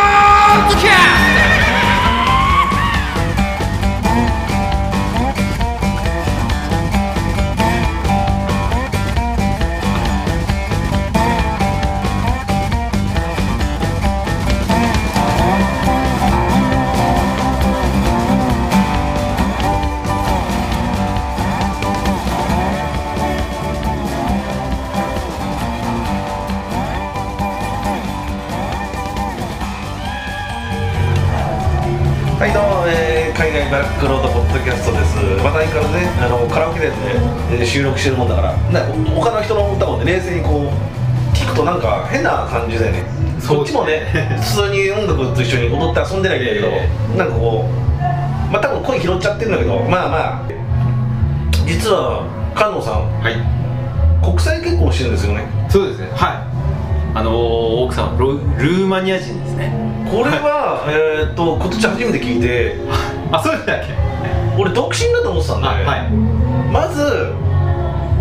ッドキャスはいどうも、えー海外バラックロードポッドキャストですまた相変わらずねあのカラオケ店で、えー収録してるもんだからな他の人の歌もね冷静にこう聞くとなんか変な感じだよねそそうっちもね普通に音楽と一緒に踊って遊んでないんだけど、えなんかこうまあ多分声拾っちゃってるんだけどまあまあ実は菅野さんはい国際結婚してるんですよねそうですねはいあのー、奥さんロルーマニア人ですねこれは、えーっと今年初めて聞いてあそうだっけ俺独身だと思ってたんあだよね、はまず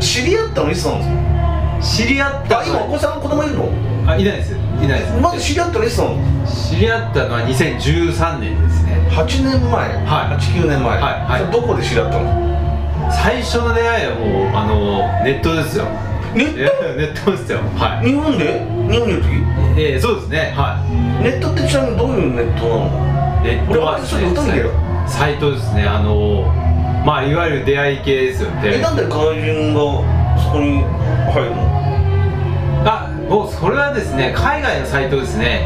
知り合ったのいつなんですい知り合っかたあ今お子さん子供いるのあいないですいないですまず知り合ったのいつなの知り合ったのは2013年ですね8年前、はい89年前、はいはいそれどこで知り合ったの最初の出会いはもうあのー、ネットですよいネッやネットですよはト日本で日本にいる時いえー、そうですねはいネットってちなみにどういうネットなのネットは俺ちょっと歌ってよサイトですねあのー、まあいわゆる出会い系ですよえねなんで外人がそこに入るのあもうそれはですね海外のサイトですね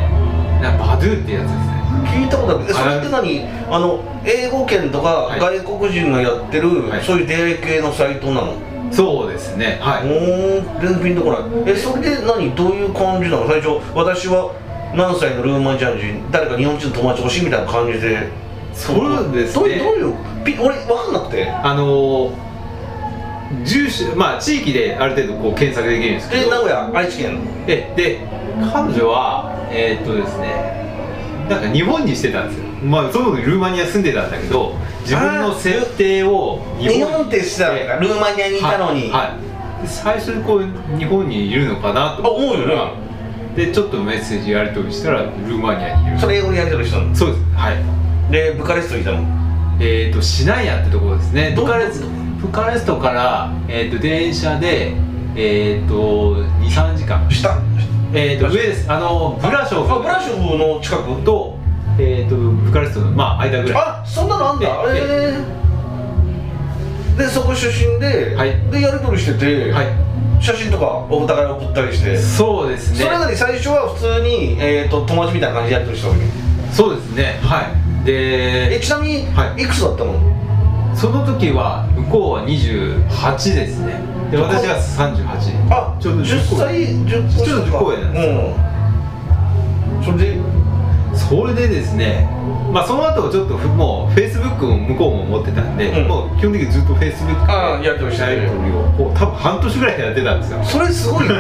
なんかバドゥってやつですね聞いたことあるえそれって何あの英語圏とかはい外国人がやってる、はいそういう出会い系のサイトなの、そうですねはおいー全然ピンとこないえそれで何どういう感じなの最初私は何歳のルーマニア人誰か日本人の友達欲しいみたいな感じでそうですどうねどういうピ俺分かんなくてあのー、住所まあ地域である程度こう検索できるんですけで名ど古屋愛知県でで彼女はえーっとですねなんか日本にしてたんですよまあその時ルーマニア住んでたんだけど自分の設定を日本ってしてたのかルーマニアにいたのに、はいはいで最初にこう日本にいるのかなとあ思思うよねってでちょっとメッセージやり取りしたらルーマニアにいるそれ英語でやり取りしたのそうですはいでブカレストにいたのえー、とシナイアってところですねどブカレストどブカレストから、えー、と電車で、えー、と23時間、下えー、と上ですあのブラショあブラフショフの近くと,、えー、とブカレストの、まあ、間ぐらいあそんなのあんだえええーでそこ出身で、はいでやり取りしてて、は写真とかお互い送ったりしていそうですそねれなり最初は普通に、えー、と友達みたいな感じでやり取りしたわけそうですねはいえでちなみに、はいい、くつだったのその時は向こうは28ですねで私が38あちょうど10歳10個ちょうど10個上なんうんそれでそれでですねまあその後ちょっとふもうフェイスブックも向こうも持ってたんで、うんもう基本的にずっとフェイスブックああやり取りしてるやり取りをこう多分半年ぐらいやってたんですよそれすごい ね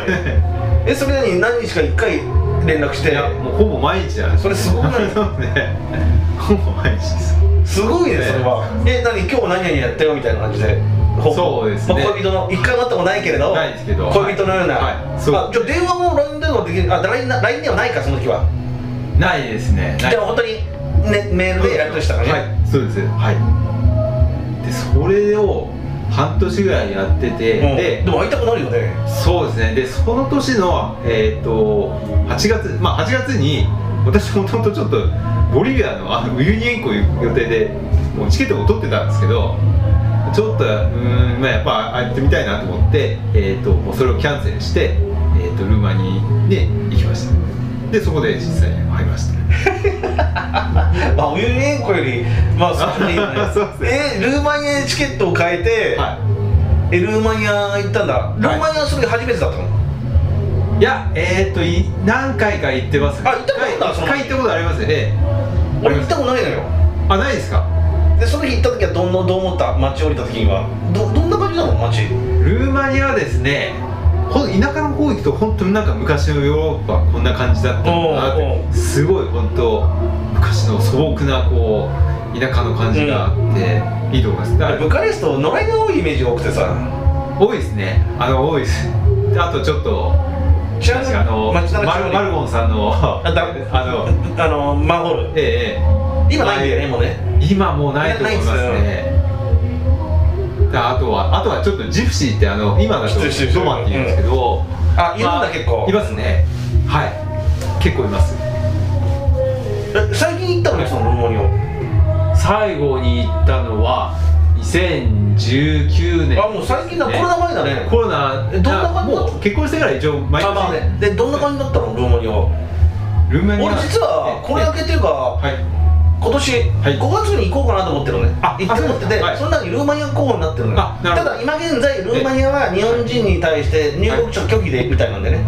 えそれなりに何日か1回連絡していやもうほぼ毎日なんですそれすごくないそう ねほぼ毎日ですすごいねそれはえ何今日何々やったよみたいな感じでほそうですねまあ恋人の一回も会ったことないけれどないですけど恋人のような、はいそうあじゃあ電話も LINE でもできるあ LINE な LINE ではないかその時はないですねないじゃあ本当に、ね、メールでやり取りしたからね、はいそうですはいでそれを半年ぐらいやってて、うんででも会いたくなるよねそうですねでその年のえっ、と8月まあ8月に私もともとちょっとボリビアのあのウユニ塩湖行く予定でもうチケットを取ってたんですけどちょっとうーんまあやっぱ会ってみたいなと思って、えー、ともうそれをキャンセルして、えー、とルーマニアに行きましたでそこで実際に会いましたまあウユニ塩湖よりまあ 少ないよねそうですえねルーマニアにチケットを変えて、はえルーマニア行ったんだルーマニアはそれ初めてだったの、いいやえっ、とい何回か行ってますあ行ったことあるんだ一回行ったことありますねええ俺行ったことないのよあないですかでその日行った時はどんなどう思った街降りた時にはどどんな感じなの街ルーマニアはですねほん田舎の方行くと本当になんか昔のヨーロッパはこんな感じだったのかなっおうおてすごい本当昔の素朴なこう田舎の感じがあって、いいと思いますだからブカレスト野良が多いイメージが多くてさ多いですねあの多いですであとちょっと知ら確かあの街中マルマルゴンさんのあダメあのあのマンホールええ今ないんだよねもうねええ今もうないと思いますないでねだあとはあとはちょっとジプシーってあの今だと知ってる知ってるドマって言うんですけど、あいるんまだ結構いますねはい結構いますえ最近行ったのねそのルモニオ最後に行ったのは2019年あもう最近だコねロナ前だねコロナえどんな感じだもう結婚してから一応毎あまあねでどんな感じだったのルモニオルーマニア俺実はこれだけっていうかはい今年はい5月に行こうかなと思ってるのねあ行って思っててはいその中にルーマニア候補になってるのよあなるたほどだ今現在ルーマニアは日本人に対して入国者拒否でみたいなんでね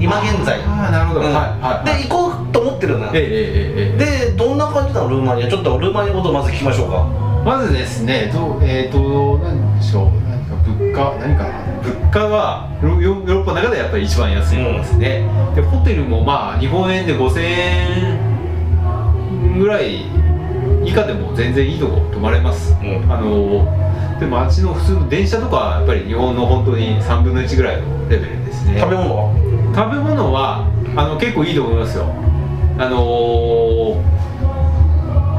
今現在ああなるほど、うんはいはいで行こうと思ってるのよええええええでどんな感じなのルーマニアちょっとルーマニアのことをまず聞きましょうかまずですね、どうえー、と何でしょう、何か物価、何かな物価はヨヨーロッパの中でやっぱり一番安いものですね、でホテルもまあ日本円で5000円ぐらい以下でも全然いいとこ泊まれます。うんあので街の普通の電車とかはやっぱり日本の本当に3分の1ぐらいのレベルですね食べ物は食べ物はあの結構いいと思いますよあの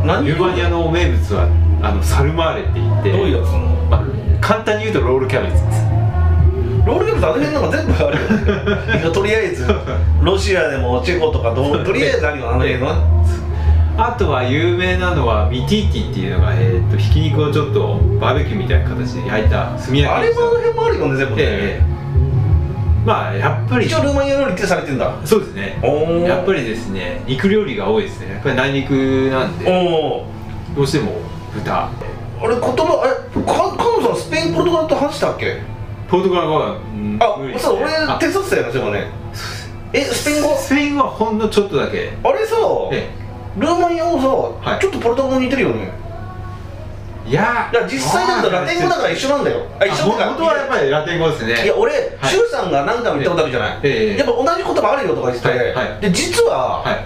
何ー、ルーマニアの名物はあのサルマーレって言ってどういうやつなのまあ、簡単に言うとロールキャベツですロールキャベツあの辺なんか全部あ るよねとりあえずロシアでもチェコとかどうとりあえずあるよあの辺のねあとは有名なのはミティティっていうのが、えー、とひき肉をちょっとバーベキューみたいな形で焼いた炭焼きにしたあれもあの辺もあるよね全部ね、ええまあやっぱり一応ルーマニア料理ってされてんだそうですねおおやっぱりりですね肉料理が多いですねやっぱり内肉なんおでおどうしても豚あれ言葉えか彼女さんスペインポルトガルと話したっけポルトガル語は、うんあ無理ですそうね俺あ手伝ってたよねそういえばねえスペイン語スペイン語はほんのちょっとだけあれさえルーマニアもさ、はいちょっとポルトガル語似てるよねえいやいや実際だとラテン語だから一緒なんだよああ一緒ってか本当はやっぱりラテン語ですねいや俺、シュウさんが何回も言ったことあるじゃない、ええやっぱ同じ言葉あるよとか言ってて、はいはいで実は、はい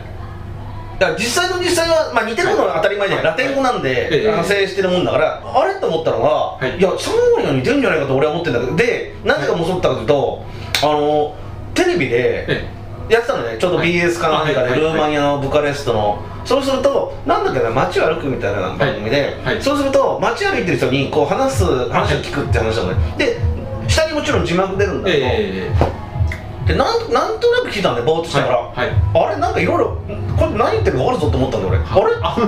だから実際の実際は、まあ、似てるのは当たり前じゃない、はいラテン語なんで、ええ派生してるもんだから、あれと思ったのが、はいい、やサモーには似てるんじゃないかと俺は思ってんだけどでなぜかもうそったかというと、あのテレビで、えやってたのねちょうどはい BS かなんかあはでいルーマニアのブカレストのそうするとなんだっけな街を歩くみたいな番組で、はいはいそうすると街歩いてる人にこう話す話を聞くって話なのねで下にもちろん字幕出るんだえけえど、えええでなんなんとなく聞いたんでぼーっとしたから、はいはいあれなんかいろいろこれ何言ってるか分かるぞと思ったんだ俺あれああれ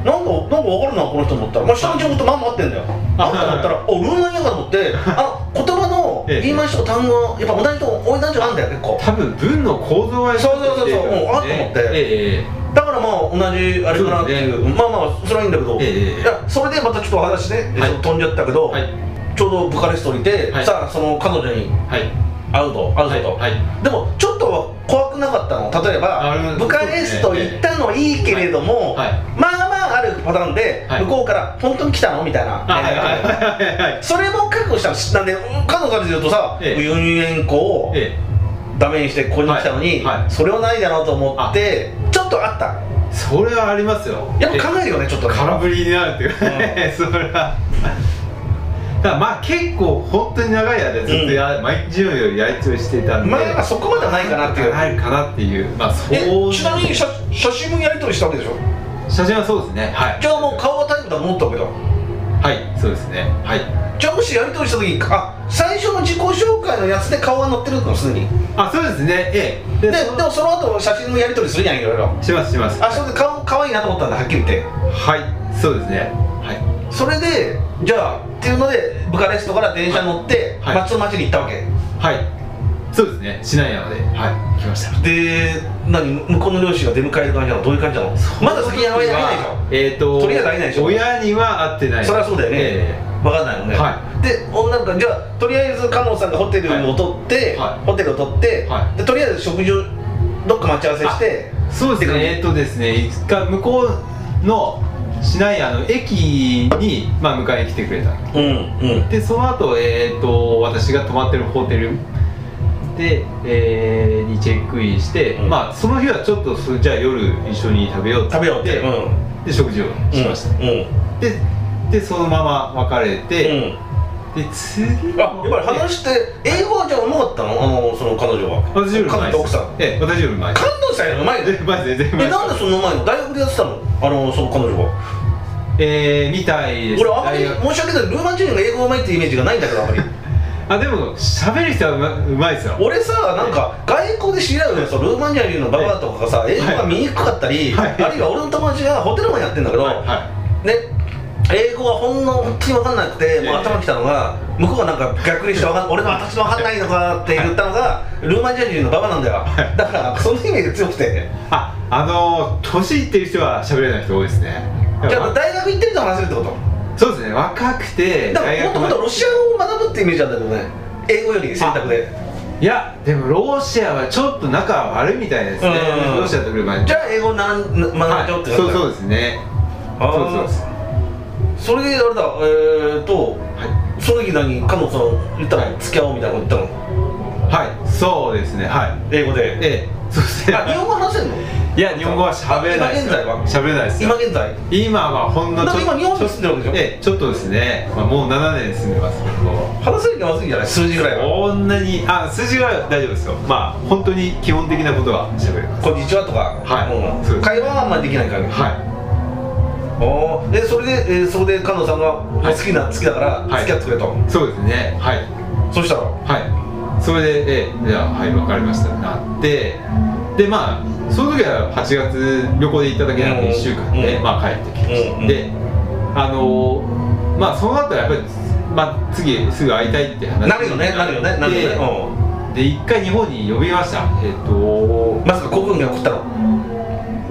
なんかなんか分かるなこの人と思ったら、まあ、下の字幕とまんま合ってんだよあと思ったらおルーマニアかと思っ てあ言葉のええ言い回しと単語やっぱ同じとこ同じとこあるんだよ結構多分文の構造がそうそうそうそう出てるんですねうんあと思ってええだからまあ同じあれかなっていうそうでまあまあそれはいいんだけど、ええいやそれでまたちょっとお話ね、はいちょっと飛んじゃったけど、はいちょうどブカレストにいて、はいさあその彼女にはい会うと会うぞと、はいはいでもちょっとは怖くなかったの例えあなるほばどブカレスト行ったのいいけれども、はいはいまあまああるパターンで、はい向こうから「本当に来たの?」みたいな、あはいはいはいはいはいそれも覚悟したのしなんで彼女からするとさ、ええ輸入円庫をえダメにしてここに来たのに、はいはいそれはないだろうと思ってちょっとあったえそれはありますよやっぱ考えるよねちょっとね空振りになるっていうかね、それはだからまあ結構本当に長い間ずっとや、毎日のようにやり取りしてたんでまあなんかそこまではないかなっていうないかなっていうまあそうえちなみに写写真もやり取りしたわけでしょ写真はそうですねはいじゃあもう顔はタイプだと思ったけどはいそうですねはいじゃあもしやり取りした時にあ最初の自己紹介のやつで顔が載ってるのすでにあそうですねええでででもその後写真のやり取りするやんいろいろしますしますあそれで顔可愛いなと思ったんだはっきり言ってはいそうですねはそれでじゃあっていうのでブカレストから電車乗ってはい松の町に行ったわけ、いはいそうですね市内なのではい来ましたで何向こうの両親が出迎える感じなのどういう感じなのまだ先に会えないでしょえっ、ととりあえず会えないでしょ親には会ってないそりゃそうだよね、え分かんないもんね、はで女の子がじゃあとりあえずカノンさんがホテルを取って、はいはいホテルを取って、はいでとりあえず食事をどっか待ち合わせしてそうですね、えっとですね、一回向こうの市内あの駅に、まあ、迎えに来てくれたうんうんでその後、えっと私が泊まってるホテルで、えーにチェックインして、うんまあ、その日はちょっとそじゃあ夜一緒に食べようって食べようってで,、うんで食事をしました、うんででそのまま別れて、うんで次あやっぱり話して英語はじゃあうまかったのあのその彼女は私より彼前です女奥さんええ私より前です感動した ようまいね全然前です全然前えですなんでそんなうまいの大学でやってたのあのその彼女はえーみたいです俺あんまり大学申し訳ないけどルーマン人が英語うまいってイメージがないんだけどあんまりあでも喋る人はうまうまいですよ俺さなんか外交で知り合うねそのルーマニア人のババアとかがさ英語が見にくかったり、はいあるいは俺の友達がホテルマンやってんだけど、はね英語がほんの本当に分かんなくて、もうええ頭きたのが向こうがなんか逆にしてわかん俺の私の分かんないのかって言ったのがルーマニア人のババアなんだよ、いだからその意味が強くていああのー年いってる人は喋れない人多いですねじゃあ大学行ってると話せるってことそうですね若くてだからもっともっとまでロシア語を学ぶってイメージなんだけどね英語より選択でいやでもロシアはちょっと仲悪いみたいですねうんロシアと車にじゃあ英語なん学んはいじゃおうってなったそうそうですねあーそうそうですそれであれだえー、とはその時何彼女と言ったら付き合おうみたいなこと言ったのい、はい、そうですねはい英語でええそうですねあ日本語話せんのいや日本語は喋れないです今現在は喋れないですよ今現在今はほんのだってちょ今日本に住んでるわけでしょええちょっとですね、まあ、もう7年住んでますけど話せるにはまずいんじゃない数字ぐらいはこんなにあ数字は大丈夫ですよまあ本当に基本的なことは喋れますこんにちはとか、はいもうそうです会話はあんまりできないから、はおーでそれで、えーそこで菅野さんが、い好きな好きだからはい付き合ってくれと、いそうですねはいそしたらはいそれで、ええじゃあはい分かりましたなってでまあその時は8月旅行で行っただけなのうんで1週間で、うんまあ、帰ってきました、うんであのーまあその後はやっぱり、まあ、次すぐ会いたいって話になるよねなるよねなるよね、でうで一回日本に呼びましたえっ、とんまさか国軍が送ったの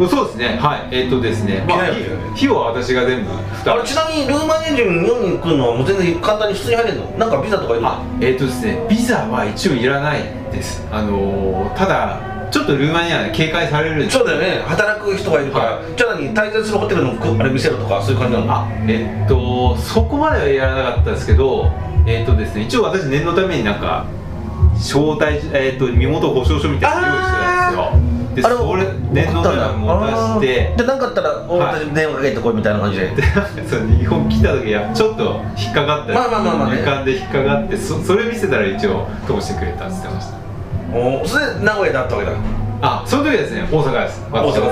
そうですねはいえっ、とですねまあいきなりだよね費用は私が全部負あ担れちなみにルーマニア人日本に来るのはもう全然簡単に普通に入れるのなんかビザとかいるのあえっ、とですねビザは一応いらないですあのーただちょっとルーマニアで警戒されるんですそうだよね働く人がいるから、はじゃあ何滞在するホテルのくあれ見せるとかそういう感じなのあえっ、とそこまではやらなかったですけどえっ、とですね一応私念のためになんか招待えっ、と身元保証書みたいなの用意してたあれんですよでそれ念のために持たしてじゃあ何かあったら俺たちに電話かけてこいみたいな感じで、 そう日本来た時はちょっと引っかかったまあまあまあまあね時間で引っかかってそそれ見せたら一応通してくれたって言ってましたおーそれで名古屋で会ったわけだあその時はですね大阪です大大阪大阪で会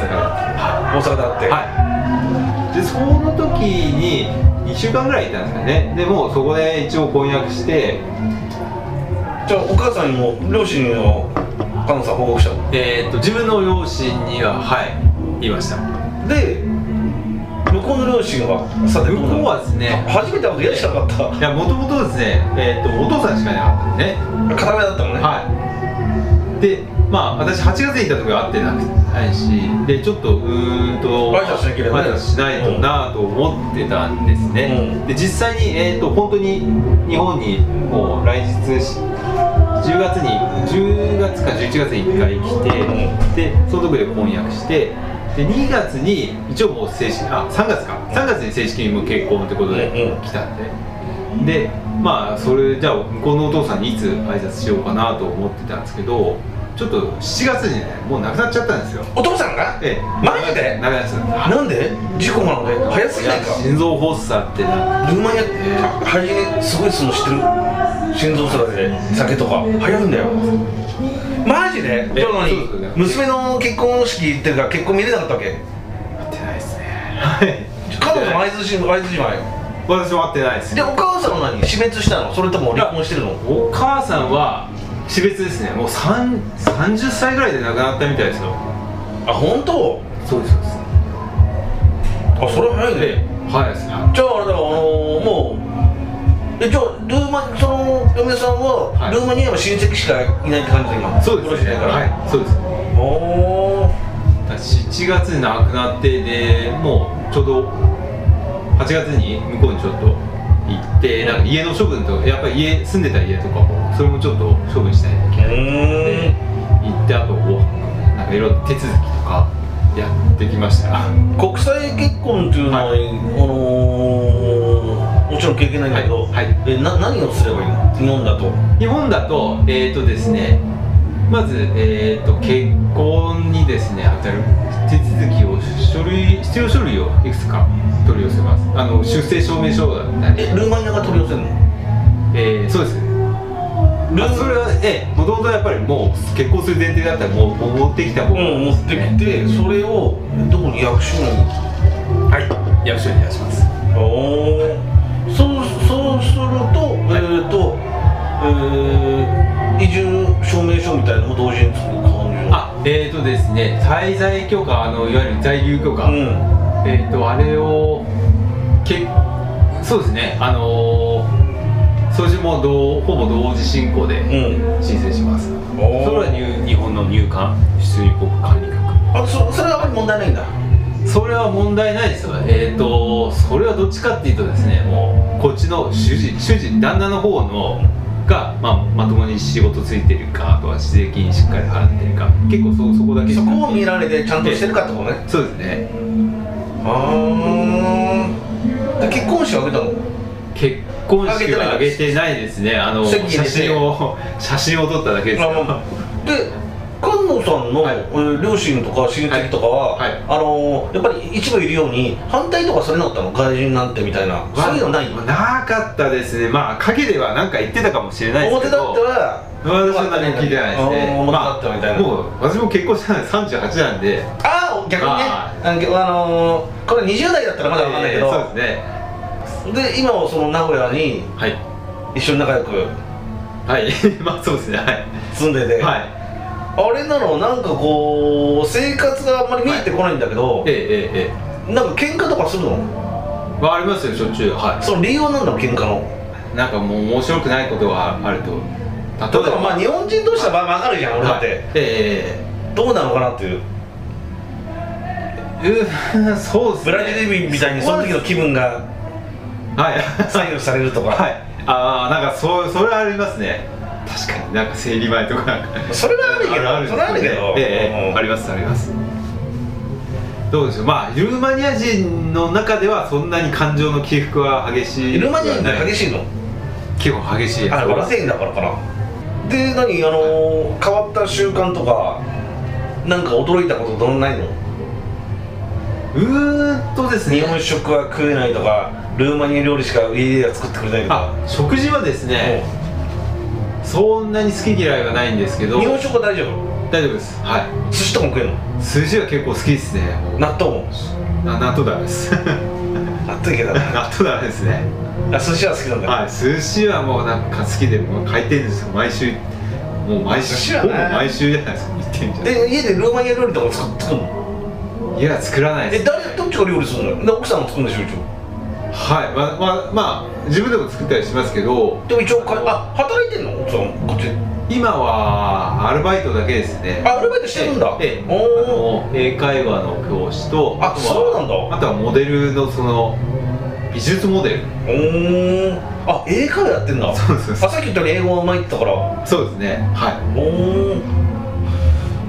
って、はいでその時に2週間ぐらいいたんですよねでもうそこで一応婚約してじゃあお母さんにも両親にも菅野さん報告したのえーっと自分の両親にははい言いましたで向こうの両親はさて向こうはですね初めて会うこと嫌でしなかったいやもともとですね、えーっとお父さんしかいなかったんですね片目だったのね、はい。で、まあ私8月に行った時は会ってなくないし、でちょっとうーんと挨拶しなきゃいけないね挨拶しないとなぁと思ってたんですね。うで実際にえっ、と本当に日本にもう来日し。10月に10月か11月に1回来て、でそのとこで婚約してで2月に一応もう正式あ3月か3月に正式にもう結婚ってことでうんうん来たんで、でまあそれじゃあ向こうのお父さんにいつ挨拶しようかなと思ってたんですけどちょっと7月にねもう亡くなっちゃったんですよお父さんがええマジで亡くなっちゃったはいなんで事故なので早すぎないかや心臓発作ってなルーマニアって肺にすごいその知ってる心臓とかで酒とか流行るんだよマジでえじゃあ何そうそうそう娘の結婚式っていうか結婚見れなかったわけ合ってないですねはい彼女も会津島会津島よ私も会ってないですでお母さんは何死滅したのそれとも離婚してるのお母さんは死別ですねもう3 30歳ぐらいで亡くなったみたいですよあ本当そうですそうですあそれ早いねはいですねじゃああれだあのーもうえじゃあルーマその嫁さんは、はいルーマニアは親戚しかいないって感じで今そうですねねから、はいそうですだおーから7月に亡くなってでもうちょうど8月に向こうにちょっと行ってなんか家の処分とかやっぱり家住んでた家とかもそれもちょっと処分したいとうきーん行ってあとこうなんかいろいろ手続きとかやってきました国際結婚っていうのは、はいあのーもちろん経験ないんだけど、はいはいえな何をすればいいの日本だと日本だとえー、とですねまず、えー、と結婚にですね当たる手続きを書類必要書類をいくつか取り寄せますあの出生証明書だったりえルーマニアが取り寄せるのえーそうですねルあそれはええもともとやっぱりもう結婚する前提だったらもうもう持ってきた方うんが、持ってきてそれをどこに役所にはい役所に出しますおおそうそうすると、はいえっ、と、えー、移住証明書みたいなのも同時に作る感じあえーとですね滞在許可あのいわゆる在留許可、うんえー、とあれをけそうですねあのー、掃除もどうほぼ同時進行でうん申請します、おそれはー入日本の入管出入国管理局あそそれはあまり問題ないんだそれは問題ないですよえっ、とそれはどっちかっていうとですねもうこっちの主人主人旦那の方のが、まあ、まともに仕事ついてるかあとは税金しっかり払ってるか結構そそこだけそこを見られてちゃんとしてるかってことねそうですねああ結婚式を挙げたの結婚式は挙げてないですねあの席に入れ写て真を写真を撮っただけですよあまあで菅野さんの、はいえー両親とか親戚とかは、はいはいあのーやっぱり一部いるように反対とかされなかったの外人なんてみたいなそういうのないなかったですねまあ陰では何か言ってたかもしれないです表けだっどたら私は何も聞いてないですあーね表だまったみたいあな、もう私も結婚したので38なんでああ逆にねああの、あのーこれ20代だったらまだ分かんないけど、えーそうですねで今もその名古屋にはい一緒に仲良くはい まあそうですねはい住んでて、はいあれなのなんかこう生活があんまり見えてこないんだけど、えええええなんか喧嘩とかするのえまあありますよしょっちゅうはその理由は何なの喧嘩のいなんかもう面白くないことがあると例例えばまあ日本人としてはまあ分かるじゃん俺だって、はいええええどうなのかなっていううーんそうですブねラジル人みたいにその時の気分がはい左右されるとか、はい、ああなんかそうそれはありますね確かになんか生理前とかなんかそれはあるけどんですそれはあるけどええええうんありますありますどうでしょうまあルーマニア人の中ではそんなに感情の起伏は激しいルーマニア人って激しいしいの結構激しいあれ和製だからかなで何あのー変わった習慣とかなんか驚いたことどんないのうーんとです日ね本食は食えないとかルーマニア料理しか家では作ってくれないとかあ食事はですねそんなに好き嫌いはないんですけうんど日本食は大丈夫大丈夫ですは寿司とかも食えんのい寿司は結構好きですね納豆もな納豆ダメです 納豆いけたな納豆ダメですね あ寿司は好きなんだ、はい、寿司はもうなんか好きでもう回転寿司毎週もう毎寿司週はほねぼ毎週じゃないですか行ってんじゃで家でルーマニア料理とか作作るのんいや作らないでえす誰どっちが料理するので奥さんも作るんでしょ一応はいまままあ自分でも作ったりしますけどでも一応かあ働いてんの奥さんこっちで今はアルバイトだけですねあアルバイトしてるんだええおあーの英会話の教師とあとはそうなんだあとはモデルのその美術モデルおーあ英会話やってんだあそうですさっき言ったように英語がうまいって言ったからそうですねはおお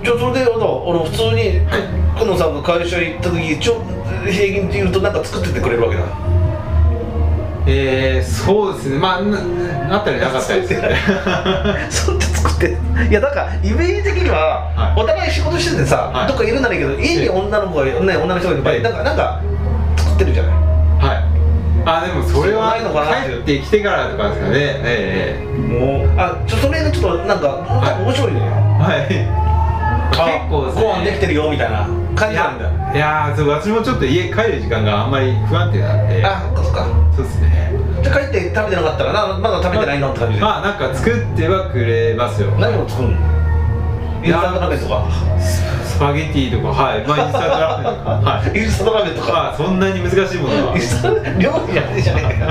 じゃあそれであのあの普通にい、はい久野さんが会社行った時一応平均って言うとなんか作ってってくれるわけだえー、そうですねまあなあったりなかった りですよね そうやって作っていやだからイメージ的には、はいお互い仕事しててさ、はいどっかいるならいいけど家に女の子が、ね、女の人がいっぱい、ええなんかなんか作ってるじゃないはい。あ、でもそれはないのかなってい帰うってきてからとかですかね。えええもうあちょそれがちょっとなんか、はい面白いねえはあ結構ですねご飯できてるよみたいな感い。いじなんだや、いやーそう私もちょっと家帰る時間があんまり不安定なんで。あそっかそっかそうですね。じゃあ帰って食べてなかったらなまだ食べてないのって感じで、まあなんか作ってはくれますよ。何を作るのインスタントラーメンとかスパゲティとか、はい。まあインスタントラーメンとか、はい。インスタントラーメンとかまあそんなに難 しいものは。インスタント料理じゃねえじゃねえか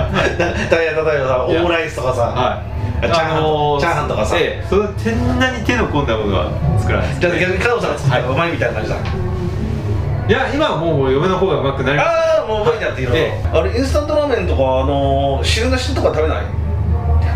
だ例えばさオいやムライスとかさ、はい。チャーハンチャーハンとかさええ、そんなに手の込んだものは作らないですじゃあ逆に加藤さんが作ったらうまいみたいな感じだ、いや、今はもう嫁の方がうまくなりましたああもううまいじゃんっていうの、ええあれインスタントラーメンとかあのー汁なしとか食べない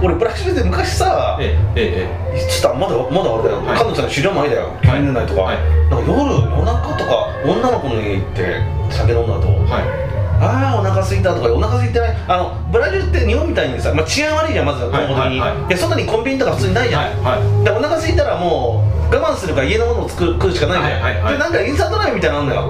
俺ブラジルで昔さ、ええ、ええ、ええ。ちょっとまだまだあれだよ、はい彼女さん知らないだよ気にならないとか、はいなんか夜夜中とか女の子の家行って酒飲んだと、はい。ああお腹空いたとかお腹空いてないあのブラジルって日本みたいにさ、まあ、治安悪いじゃんまず根本的に、はいはいはいで外にコンビニとか普通にないじゃん、はいはでお腹空いたらもう我慢するから家のものを作る食うしかないじゃん、はいはいはいでなんかインスタントラーメンみたいなのあんだよ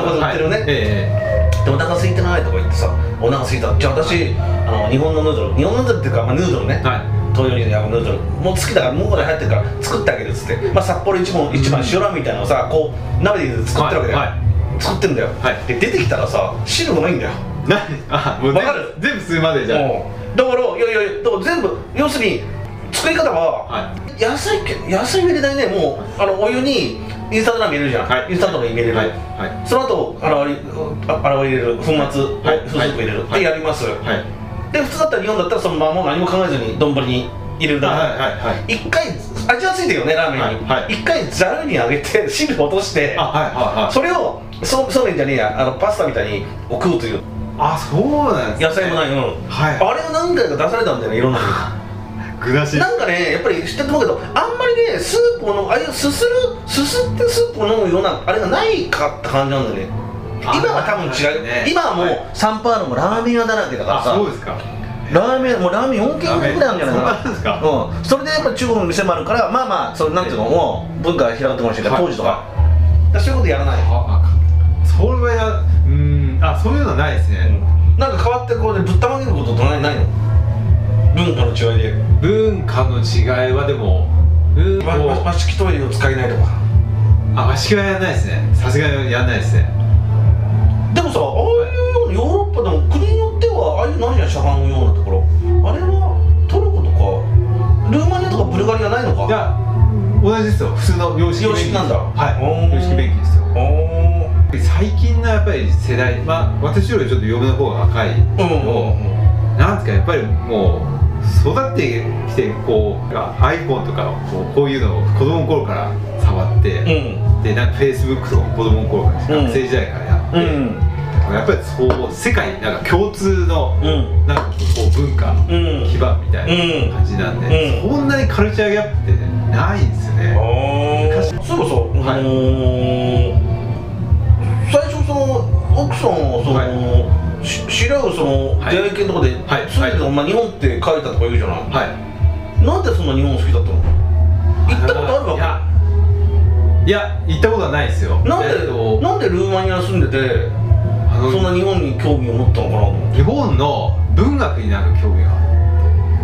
い。どこで売ってるね、えでお腹空いてないとか言ってさお腹空いたじゃあ私あの日本のヌードル日本のヌードルっていうか、まあ、ヌードルね、は東洋人のヌードルもう好きだからもうこれ入ってるから作ってあげるっつって、まあ、札幌一番一番塩ラーメンみたいなのをさこう鍋で作ってるわけだよ、はいは作ってんだよ、はいで出てきたらさ汁もないんだよい何あもう全部わかる全部吸うまでじゃあもうだからいやいやいやだから全部要するに作り方はは野菜野菜入れないねもうあのお湯にインスタントラーメン入れるじゃん、はいインスタントの入れいる、はいはその後あらわりああらわり入れる粉末、はい風俗入れる、はいでやります、いはいで普通だったら日本だったらそのままもう何も考えずに丼に入れるだけ、はいはいはい一回味はついてるよねラーメンに、はいはい一回ざるにあげて 汁落としてあはいはいはいそれをそうそうめんじゃねえやあのパスタみたいに食うというあそうなんで野すね菜もない、うんはいあれを何回か出されたんだよねいろんなの具なしになんかねやっぱり知ってると思うけどあんまりねスープを飲むああいうすするすすってスープを飲むようなあれがないかって感じなんだよね今あは多分違う、ね今はもう、はいサンパーノもラーメン屋だらけだからあさそうですかラーメンもうラーメン4軒ぐらいあるんじゃないかラーメンそんなあるんですかうん、それでやっぱ中国の店もあるからまあまあそれなんていうのもう文化が広がってもしれないはい当時とかだからそういうことやらないああそれはやうーんあそういうのはないですね、なんか変わってこうぶったまげることってないないの文化の違いで文化の違いはでもうんわわ和式トイレを使えないとかあ和式はやらないですねさすがにやらないですねでもさああいうようなヨーロッパでも国によってはああいう何やしゃがむようなところあれはトルコとかルーマニアとかブルガリアないのかいや同じですよ普通の洋式洋式なんだはおいー洋式便器ですよお最近のやっぱり世代まあ私よりちょっと嫁の方が若いーうんうんうんなんですかやっぱりもう育ってきてこうアイコンとかこうこういうのを子供の頃から触って、うでなんかフェイスブックとかも子供の頃から、うん学生時代からやって、んやっぱりそう世界なんか共通のうんなんかこう文化のうん基盤みたいな感じなんで、うんそんなにカルチャーギャップってないんですよね、昔そうそう、はあいのー最初その奥さんをその、し知り合うそのはい出会い系のとこで、はい住んでて、お前日本って書いたとか言うじゃない、はいなんでそんな日本好きだったの行ったことあるいわやいや行ったことはないですよけなんで、えっとなんでルーマニア住んでてあのそんな日本に興味を持ったのかなと思って日本の文学になんか興味が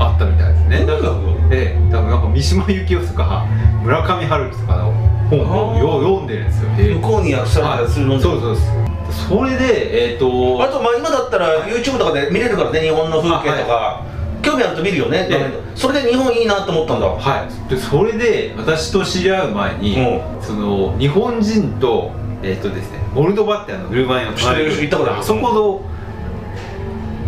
あったみたいですね文学ええ多分なんか三島由紀夫とか村上春樹とかの本をよう読んでるんですよ、ええ向こうに訳されたりするのはいにそうそうですそれでえっ、とあとまあ今だったら YouTube とかで見れるからね日本の風景とか、興味あると見るよね、えそれで日本いいなと思ったんだはい、でそれで私と知り合う前に、うその日本人と,、えっとですね、モルドバってあのルーマニアの隣知ってる知ったことあるあそこの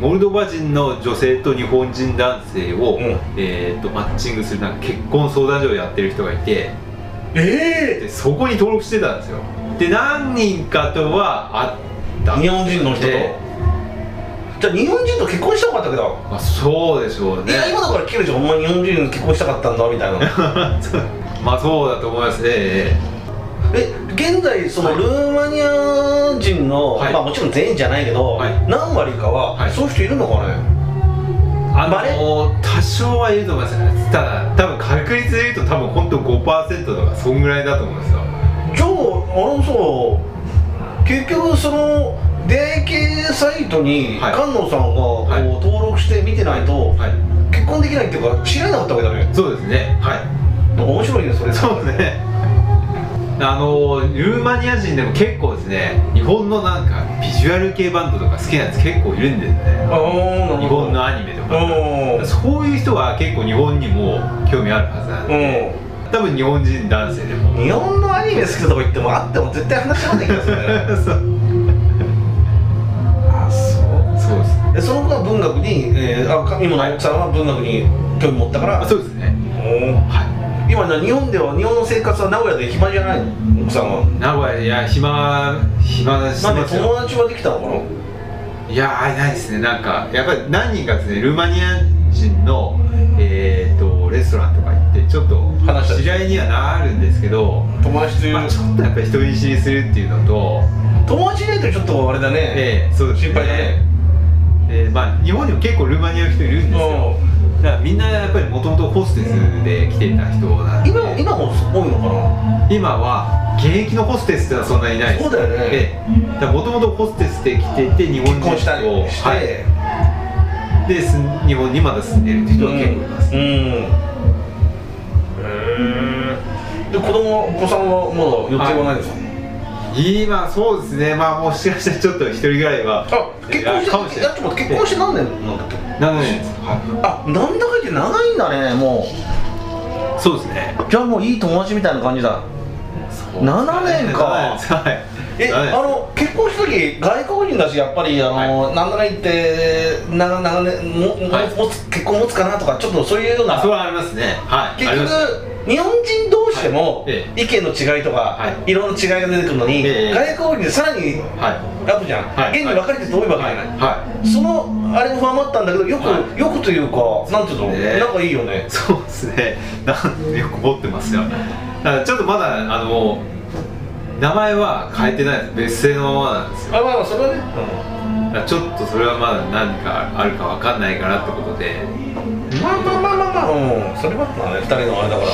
モルドバ人の女性と日本人男性を、うんえっとマッチングするなんか結婚相談所をやってる人がいてえでそこに登録してたんですよで何人かとはあったん日ですよ本人の人とえじゃあ日本人と結婚したかったけど、えまあ、そうでしょういねや今だから聞けるじゃんお前日本人と結婚したかったんだみたいな まあそうだと思いますえええ現在そのはいルーマニア人の、はいまあもちろん全員じゃないけど、はい何割かは、はいそういう人いるのかねあバレの多少はいると思いますねただ多分確率で言うと多分本当5%とかそんぐらいだと思うんですよじゃああのさ結局その出会い系サイトにはい菅野さんがこう、はい登録して見てないと、は結婚できないっていうか知らなかったわけだねいそうですねはい 面白いねそれそうですねあのルーマニア人でも結構ですね日本のなんかビジュアル系バンドとか好きなやつ結構いるんですあねあなるほど日本のアニメとかうんそういう人は結構日本にも興味あるはずなんでうん多分日本人男性でも日本のアニメ好きなとこ行ってもあっても絶対話し合わない気がする そうあそそうですうでその子は文学に、えー、あ今の奥さんは文学に興味持ったからあそうですねおーはい今な日本では日本の生活は名古屋で暇じゃないの奥さんは名古屋いや暇暇だしなんでますよ友達はできたのかないやーいないですねなんかやっぱり何人かですねルーマニア人のえー、とレストランとか行ってちょっと話したり知り合いにはなるんですけど、友達といまあ、ちょっとやっぱり人見知りするっていうのと、友達いないとちょっとあれだね、ええそうです心配だね、えーまあ、日本にも結構ルーマニアの人いるんですようだからみんなやっぱりもともとホステスで来てた人なんんで今も今も多いのかな今は現役のホステスってのはそんなにいないそうだよねもともとホステスで来ていて日本結人婚したりをして、はい、です日本にまだ住んでるって人は結構います、うん、へえで子供お子さんはまだ予定はないんですか、今そうですねまあもしかしたらちょっと一人ぐらいはあ結婚してかもしれないやちょっと待って結婚して何年なんだっけ7年です、はあなんだか言って長いんだねもい、そうですねうじゃあもういい友達みたいな感じだ7年かはいえ7年あの結婚した時外国人だしやっぱりあの、なんだか言って長長年も、はいもつ結婚持つかなとかちょっとそういうようあなそれはありますねはい結あり局ます日本人同士でも、はいえ意見の違いとか、、はいろんな違いが出てくるのに、ええ外国人でさらにはあるじゃん、はい現に別れてどういうわけじゃない、いはそのあれも不安もあったんだけどよく、はよくというかなんていうの、ね仲いいよねいそうですねなんよく持ってますよだからちょっとまだあの名前は変えてないです別姓のままなんですよあまあまあそれはね、だからちょっとそれはまだ何かあるかわかんないかなってことでうんまあまあまあまあまあ、うん、それはまあね2人のあれだか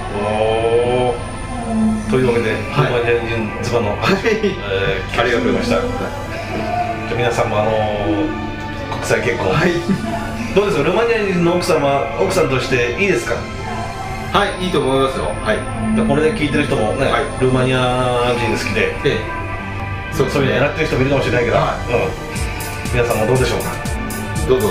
らおーというわけで、はいヒューマニャンジンズバの話を、はいえー、ありがとうございました聞いてみました皆さんもあのー国際結婚、はいどうですかルーマニア人の奥様奥さんとしていいですかはいいいと思いますよはいこれで聞いてる人もね、はいルーマニア人好きででそうですそういうの狙ねってる人もいるかもしれないけど、はうん、皆さんもどうでしょうかどうぞ